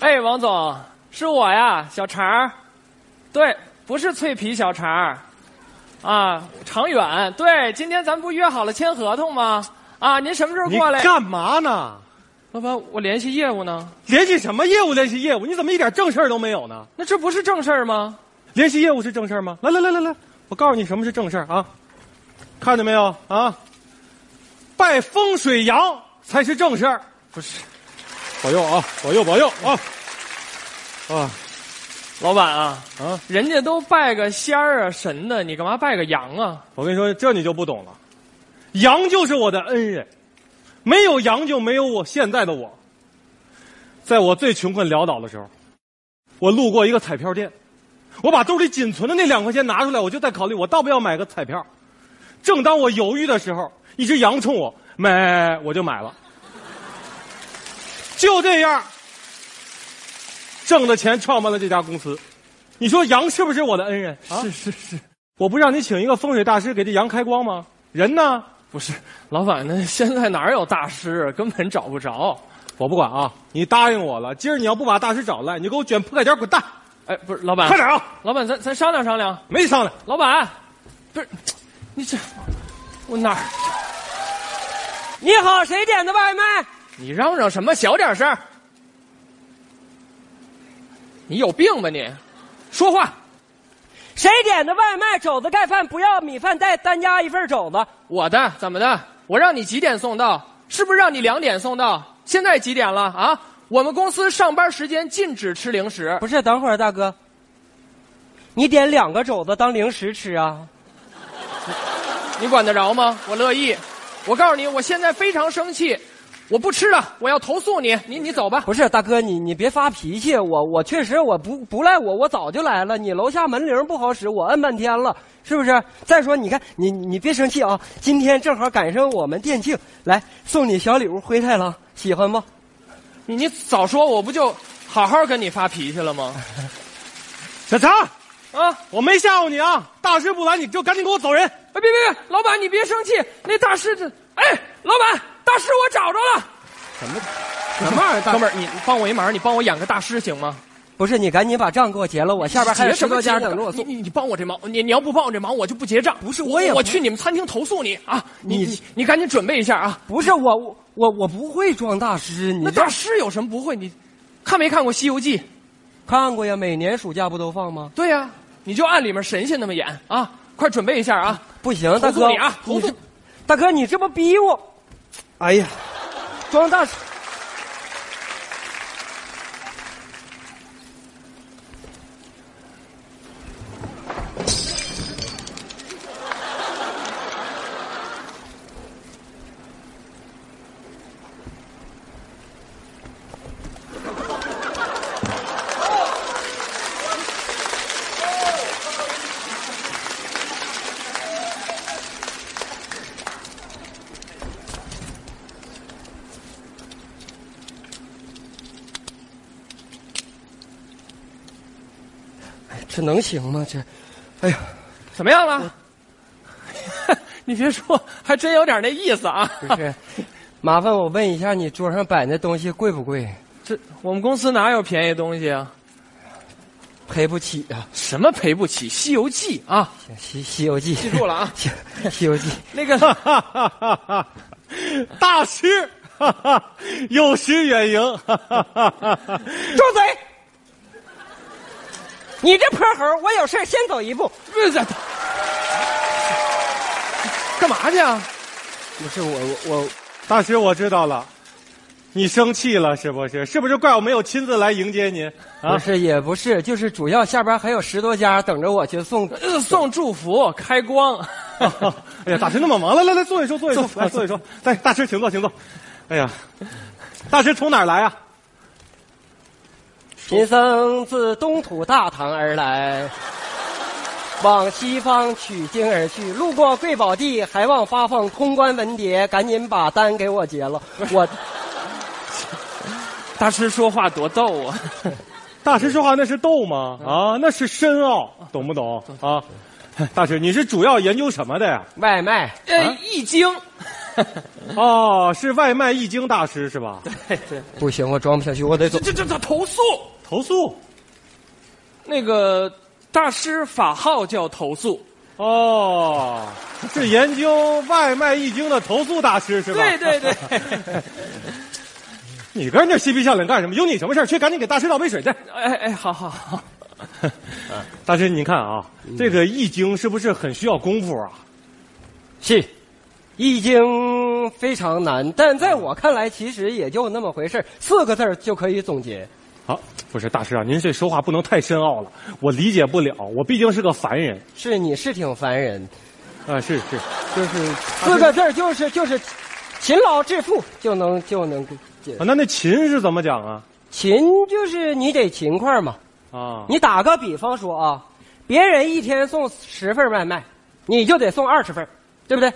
哎，王总，是我呀，小常儿。对，不是脆皮小常儿，啊，常远。对，今天咱不约好了签合同吗？啊，您什么时候你过来？干嘛呢？老板，我联系业务呢。联系什么业务？联系业务？你怎么一点正事儿都没有呢？那这不是正事儿吗？联系业务是正事儿吗？来来来来来，我告诉你什么是正事儿啊！看见没有啊？拜风水羊才是正事儿。不是，保佑啊！保佑保佑啊！啊老板啊，啊！人家都拜个仙儿啊、神的，你干嘛拜个羊啊？我跟你说，这你就不懂了。羊就是我的恩人，没有羊就没有我现在的我。在我最穷困潦倒的时候，我路过一个彩票店，我把兜里仅存的那两块钱拿出来，我就在考虑我要不要买个彩票。正当我犹豫的时候，一只羊冲我买，我就买了。就这样，挣的钱创办了这家公司。你说羊是不是我的恩人啊？是是，我不让你请一个风水大师给这羊开光吗？人呢？不是，老板，那现在哪有大师，啊根本找不着。我不管啊！你答应我了，今儿你要不把大师找来，你就给我卷铺盖卷滚蛋！哎，不是，老板快，点啊！老板，咱咱商量商量。没商量，老板，不是，你这我哪儿？你好，谁点的外卖？你嚷嚷什么？小点声儿！你有病吧你？说话！谁点的外卖？肘子盖饭不要，米饭带单加一份肘子。我的怎么的？我让你几点送到？是不是让你两点送到？现在几点了啊？我们公司上班时间禁止吃零食。不是，等会儿大哥，你点两个肘子当零食吃啊？你管得着吗？我乐意。我告诉你，我现在非常生气，我不吃了，我要投诉你。你你走吧。不是，大哥，你你别发脾气，我我确实我不不赖我，我早就来了。你楼下门铃不好使，我摁半天了，是不是？再说，你看你你你别生气啊，今天正好赶上我们店庆，来送你小礼物灰太狼，喜欢不？你你早说，我不就好好跟你发脾气了吗？小强，啊！我没吓唬你啊！大师不来，你就赶紧给我走人！哎，别别别，老板你别生气，那大师这，哎，老板，大师我找着了。什么？什么玩意儿？哥们儿，你帮我一忙，你帮我养个大师行吗？不是，你赶紧把账给我结了，我下边还有结什十么多家结呢等着我送。你你你帮我这忙，你你要不帮我这忙，我就不结账。不是我也我不去你们餐厅投诉你啊！你你你你赶紧准备一下啊！不是我我我我不会装大师，你那这大师有什么不会？你看没看过《西游记》？看过呀？每年暑假不都放吗？对呀、你就按里面神仙那么演啊！快准备一下啊！不行，大投诉哥你啊投诉这大哥，你这不逼我？哎呀，装大师！这能行吗？这，哎呀，怎么样了？ 你别说，还真有点那意思啊！不 是，麻烦我问一下，你桌上摆那东西贵不贵？这我们公司哪有便宜东西啊？赔不起啊！什么赔不起？《西游记》啊，行，《西西游记》。记住了啊 行，《西游记》那个， 哈哈哈哈！大师， 哈哈，有失远迎，哈哈哈哈！住嘴！你这泼猴，我有事儿先走一步。不是干嘛去啊？不是我我我大师，我知道了，你生气了是不是？是不是怪我没有亲自来迎接您不啊？是，也不是，就是主要下边还有十多家等着我去送。呃送祝福，开光。 哎呀，大师那么忙，来来来，坐一坐，坐一坐，来坐一坐。来，大师请坐，请坐。哎呀，大师从哪儿来啊？贫僧自东土大唐而来，往西方取经而去，路过贵宝地，还望发放通关文牒，赶紧把单给我结了。我大师说话多逗 啊！大师说话那是逗吗？啊，那是深奥，嗯懂不懂啊？大师，你是主要研究什么的呀？外卖呃，易经，哦，是外卖易经大师是吧？对对，不行，我装不下去，我得走这。这这这投诉，投诉那个大师法号叫投诉，哦，是研究外卖易经的投诉大师是吧？对对对， 你跟这嬉皮笑脸干什么？有你什么事儿去赶紧给大师倒杯水去。 哎哎，好好好，大师，您看啊，这个易经是不是很需要功夫啊？是，易经非常难，但在我看来，其实也就那么回事儿四个字儿就可以总结。好，不是大师啊，您这说话不能太深奥了，我理解不了，我毕竟是个凡人是，你是挺烦人，啊、是是，就是四个字儿，就是就是，勤劳致富就能就能解啊。那那秦是怎么讲啊？勤就是你得勤快嘛。啊，你打个比方说啊，别人一天送十份外卖，你就得送二十份，对不对？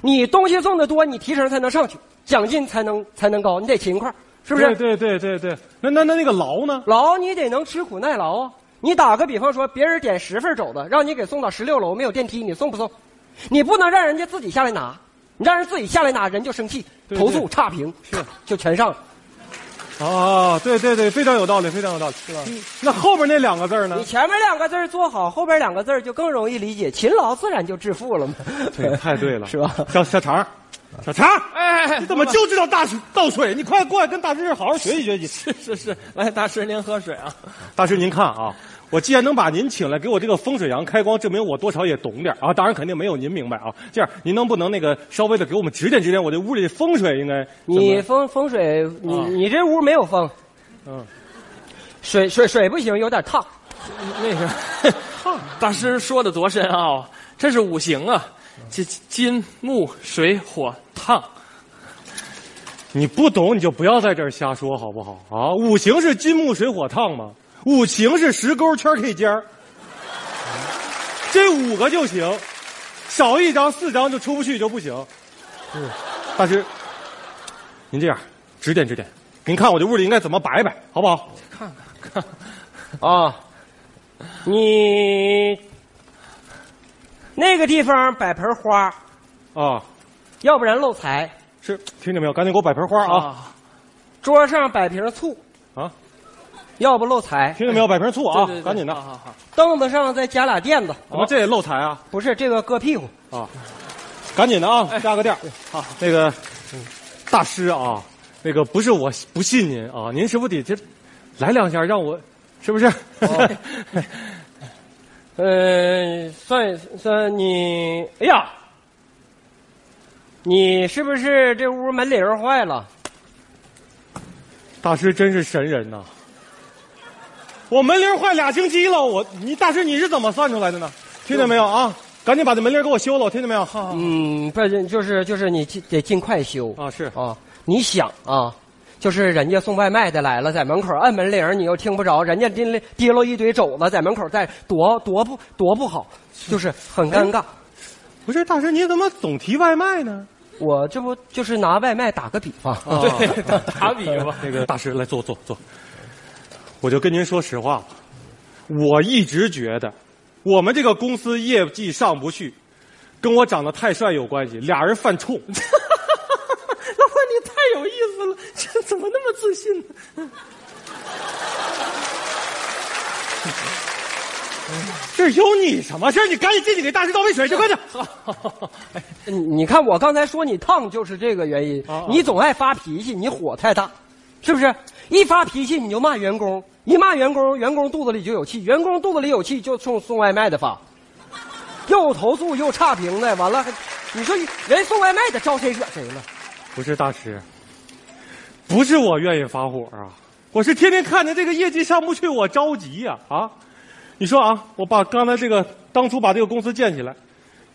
你东西送的多，你提成才能上去，奖金才能才能高，你得勤快，是不是？对对对对对，那那那那个劳呢？劳你得能吃苦耐劳啊！你打个比方说，别人点十份肘子，让你给送到十六楼，没有电梯，你送不送？你不能让人家自己下来拿，你让人自己下来拿，人就生气，对投诉对差评，是就全上了。啊，对对对，非常有道理，非常有道理，是吧？那后边那两个字儿呢你？前面两个字儿做好，后边两个字儿就更容易理解，勤劳自然就致富了嘛。对，太对了，是吧？小小肠儿，小肠儿，哎哎哎你，怎么就知道大水倒水？你快过来跟大师好好学习学 习。是是是，来大师您喝水啊，大师，您看啊，我既然能把您请来给我这个风水阳开光，证明我多少也懂点儿啊。当然肯定没有您明白啊。这样，您能不能那个稍微的给我们指点指点，我这屋里的风水应该怎么你风风水，你、啊你这屋没有风，嗯，水水水不行，有点烫。那个 大师说的多深奥、啊，这是五行啊，金金木水火烫，你不懂你就不要在这儿瞎说好不好啊？五行是金木水火烫吗？五行是十勾圈 K 尖儿，这五个就行，少一张四张就出不去就不行。大师，您这样指点指点，您看我这屋里应该怎么摆摆，好不好？看看看，啊，你那个地方摆盆花，啊，要不然漏财。是，听见没有？赶紧给我摆盆花啊！啊，桌上摆瓶醋，啊，要不漏财。听见没有？摆盆醋啊对对！对赶紧的好，好 好，凳子上再加俩垫子，怎么这也漏财啊？不是这个硌屁股。啊，赶紧的啊，哎加个垫儿好，那个大师啊，那个不是我不信您啊，您是不是得这来两下让我，是不是？哦 呃，算算你，哎呀，你是不是这屋门铃儿坏了？大师真是神人呐！我门铃坏俩星期了，我你大师你是怎么算出来的呢？听见没有啊？赶紧把这门铃给我修了，听见没有？好好嗯，不是，就是就是你尽得尽快修啊，是啊！你想啊，就是人家送外卖的来了，在门口按门铃儿，你又听不着，人家提了提溜一堆肘子在门口在多多不多不好，就是很尴尬。不是大师你怎么总提外卖呢？我这不就是拿外卖打个比方，啊对，打打比吧，那个大师来坐坐坐，我就跟您说实话吧，我一直觉得我们这个公司业绩上不去，跟我长得太帅有关系，俩人犯冲。老板你太有意思了，这怎么那么自信呢？这有你什么事儿你赶紧进去给大师倒杯水去，快 点！你你看我刚才说你烫就是这个原因啊啊，你总爱发脾气，你火太大，是不是？一发脾气你就骂员工，一骂员工，员工肚子里就有气，员工肚子里有气就冲送外卖的发，又投诉又差评的，完了还，你说人送外卖的招谁惹谁了？不是大师，不是我愿意发火啊，我是天天看着这个业绩上不去，我着急呀啊你说啊，我把刚才这个当初把这个公司建起来，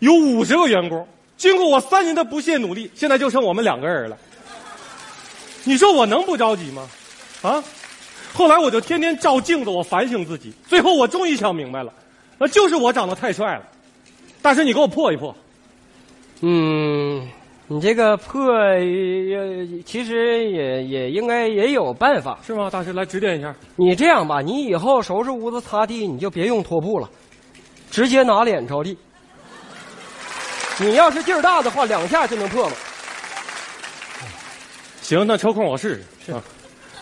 有五十个员工，经过我三年的不懈努力，现在就剩我们两个人了。你说我能不着急吗？啊！后来我就天天照镜子，我反省自己，最后我终于想明白了，那就是我长得太帅了。大师，你给我破一破。嗯，你这个破，呃其实也也应该也有办法。是吗？大师来指点一下。你这样吧，你以后收拾屋子、擦地，你就别用拖布了，直接拿脸着地。你要是劲儿大的话，两下就能破了。行，那抽空我试试。啊，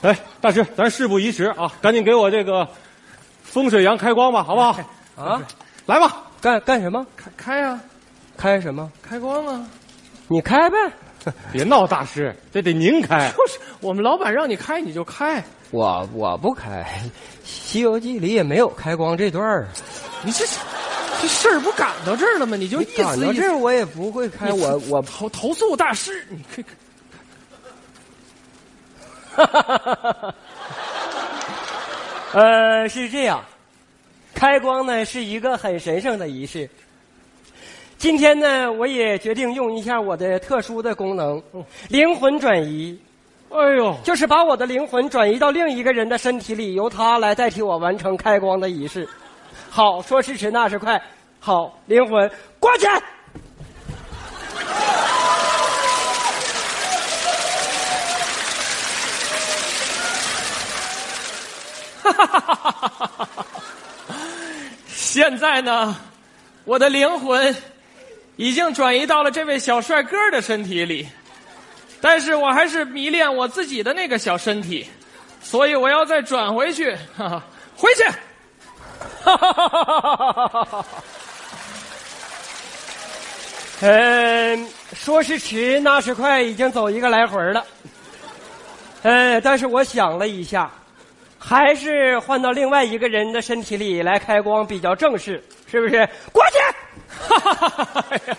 来，大师，咱事不宜迟啊，赶紧给我这个风水羊开光吧，好不好？啊， 来吧，干干什么？开开啊呀、开什么？开光啊！你开呗。 别闹，大师，这得您开。就是我们老板让你开你就开，我我不开，《西游记》里也没有开光这段儿。你这是这事儿不赶到这儿了吗？你就意赶思到意这思，儿我也不会开，你我我投投诉大师，你可以 呃，是这样，开光呢是一个很神圣的仪式。今天呢，我也决定用一下我的特殊的功能——灵魂转移，哎呦，就是把我的灵魂转移到另一个人的身体里，由他来代替我完成开光的仪式。好，说时迟，那时快，好，灵魂过去。 现在呢，我的灵魂已经转移到了这位小帅哥的身体里，但是我还是迷恋我自己的那个小身体，所以我要再转回去， 哈哈，回去。嗯，说时迟，那时快，已经走一个来回了。呃，但是我想了一下，还是换到另外一个人的身体里来开光比较正式，是不是？过去。哈哈哈哈哎呀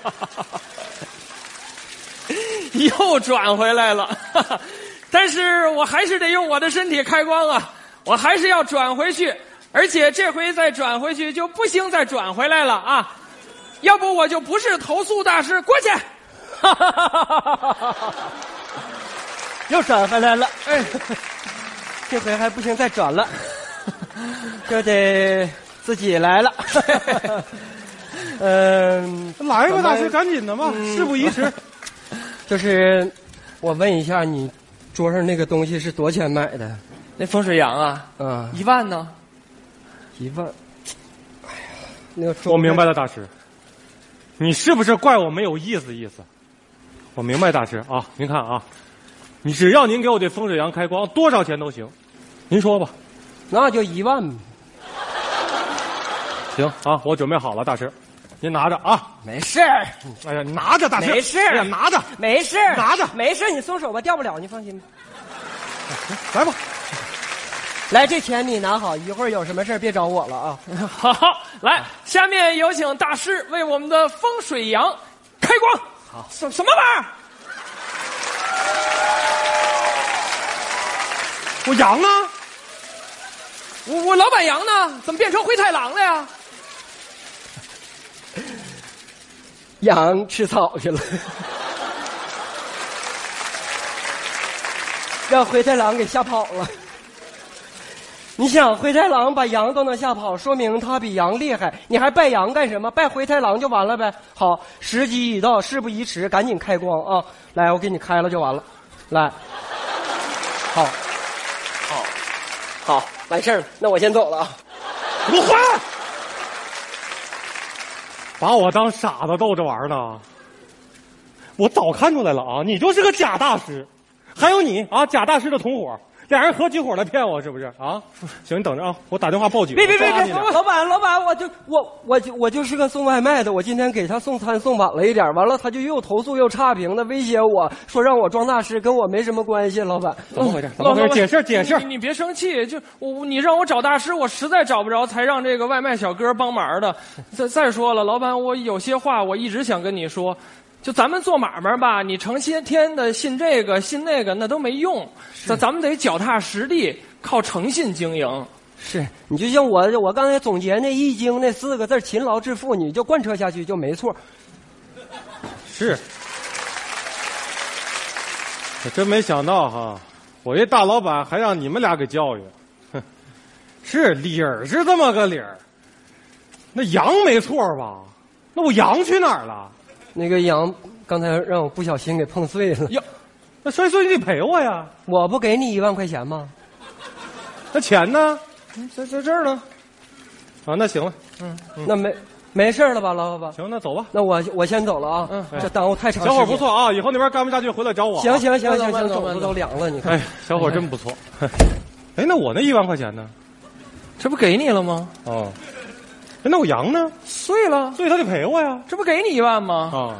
又转回来了， 哈哈但是我还是得用我的身体开光啊，我还是要转回去，而且这回再转回去就不兴再转回来了啊，要不我就不是投诉大师，过去。 又转回来了，哎，这回还不行，再 转了，就得自己 来了。嗯，来吧，咱们大师，赶紧的嘛，事不宜迟。就是我问一下，你桌上那个东西是多少钱买的？那风水羊啊，啊，一万呢？一万。哎呀，那个 我明白了，大师，你是不是怪我没有意思意思？我明白，大师啊，您看啊，你只要您给我这风水羊开光，多少钱都行，您说吧。那就一万吧，行啊，我准备好了，大师，您拿着啊。没事儿，哎呀，拿着，大师，没事哎呀，拿 着，没事儿，拿着没事儿，你松手吧，掉不了，你放心吧。来吧。来，这钱你拿好，一会儿有什么事儿别找我了啊。好，来，下面有请大师为我们的风水羊开光。好，什什么玩意儿？我啊羊呢？我我老板羊呢？怎么变成灰太狼了呀？羊吃草去了，让灰太狼给吓跑了。你想，灰太狼把羊都能吓跑，说明它比羊厉害。你还拜羊干什么？拜灰太狼就完了呗。好，时机已到，事不宜迟，赶紧开光啊！来，我给你开了就完了。来，好，好，好，完事儿了。那我先走了啊。我还。把我当傻子逗着玩呢？我早看出来了啊，你就是个假大师，还有你啊，假大师的同伙，俩人合起伙来骗我是不是啊？行，你等着啊，我打电话报警。别别别抓别你俩！老板老板，我就我我就我就是个送外卖的，我今天给他送餐送晚了一点，完了他就又投诉又差评的威胁我说让我装大师，跟我没什么关系。老板，怎么回事？怎么回老事？板解释解释你。你别生气，就我你让我找大师，我实在找不着，才让这个外卖小哥帮忙的。再再说了，老板，我有些话我一直想跟你说，就咱们做买卖吧，你成些天的信这个信那个，那都没用，咱咱们得脚踏实地，靠诚信经营。 是你就像我我刚才总结那《易经》那四个字“勤劳致富”，你就贯彻下去就没错。是，我真没想到哈，我这大老板还让你们俩给教育，哼，是理儿是这么个理儿，那羊没错吧？那我羊去哪儿了？那个羊刚才让我不小心给碰碎 了，哟，那摔碎你得赔我呀，我不给你一万块钱吗？那钱呢？嗯在在这儿呢。啊，那行了，那没没事儿了吧，老板？行，那走吧。那我我先走了啊，嗯这耽误太长时小间。伙不，错啊，以后那边干不下去回来找我啊。行行行行慢行，走肘慢子走都凉了，你看。哎，小伙真不错。 哎，那我那一万块钱呢？这不给你了吗？哦，哎那我羊呢？碎了，所以他得赔我呀。这不给你一万吗？啊，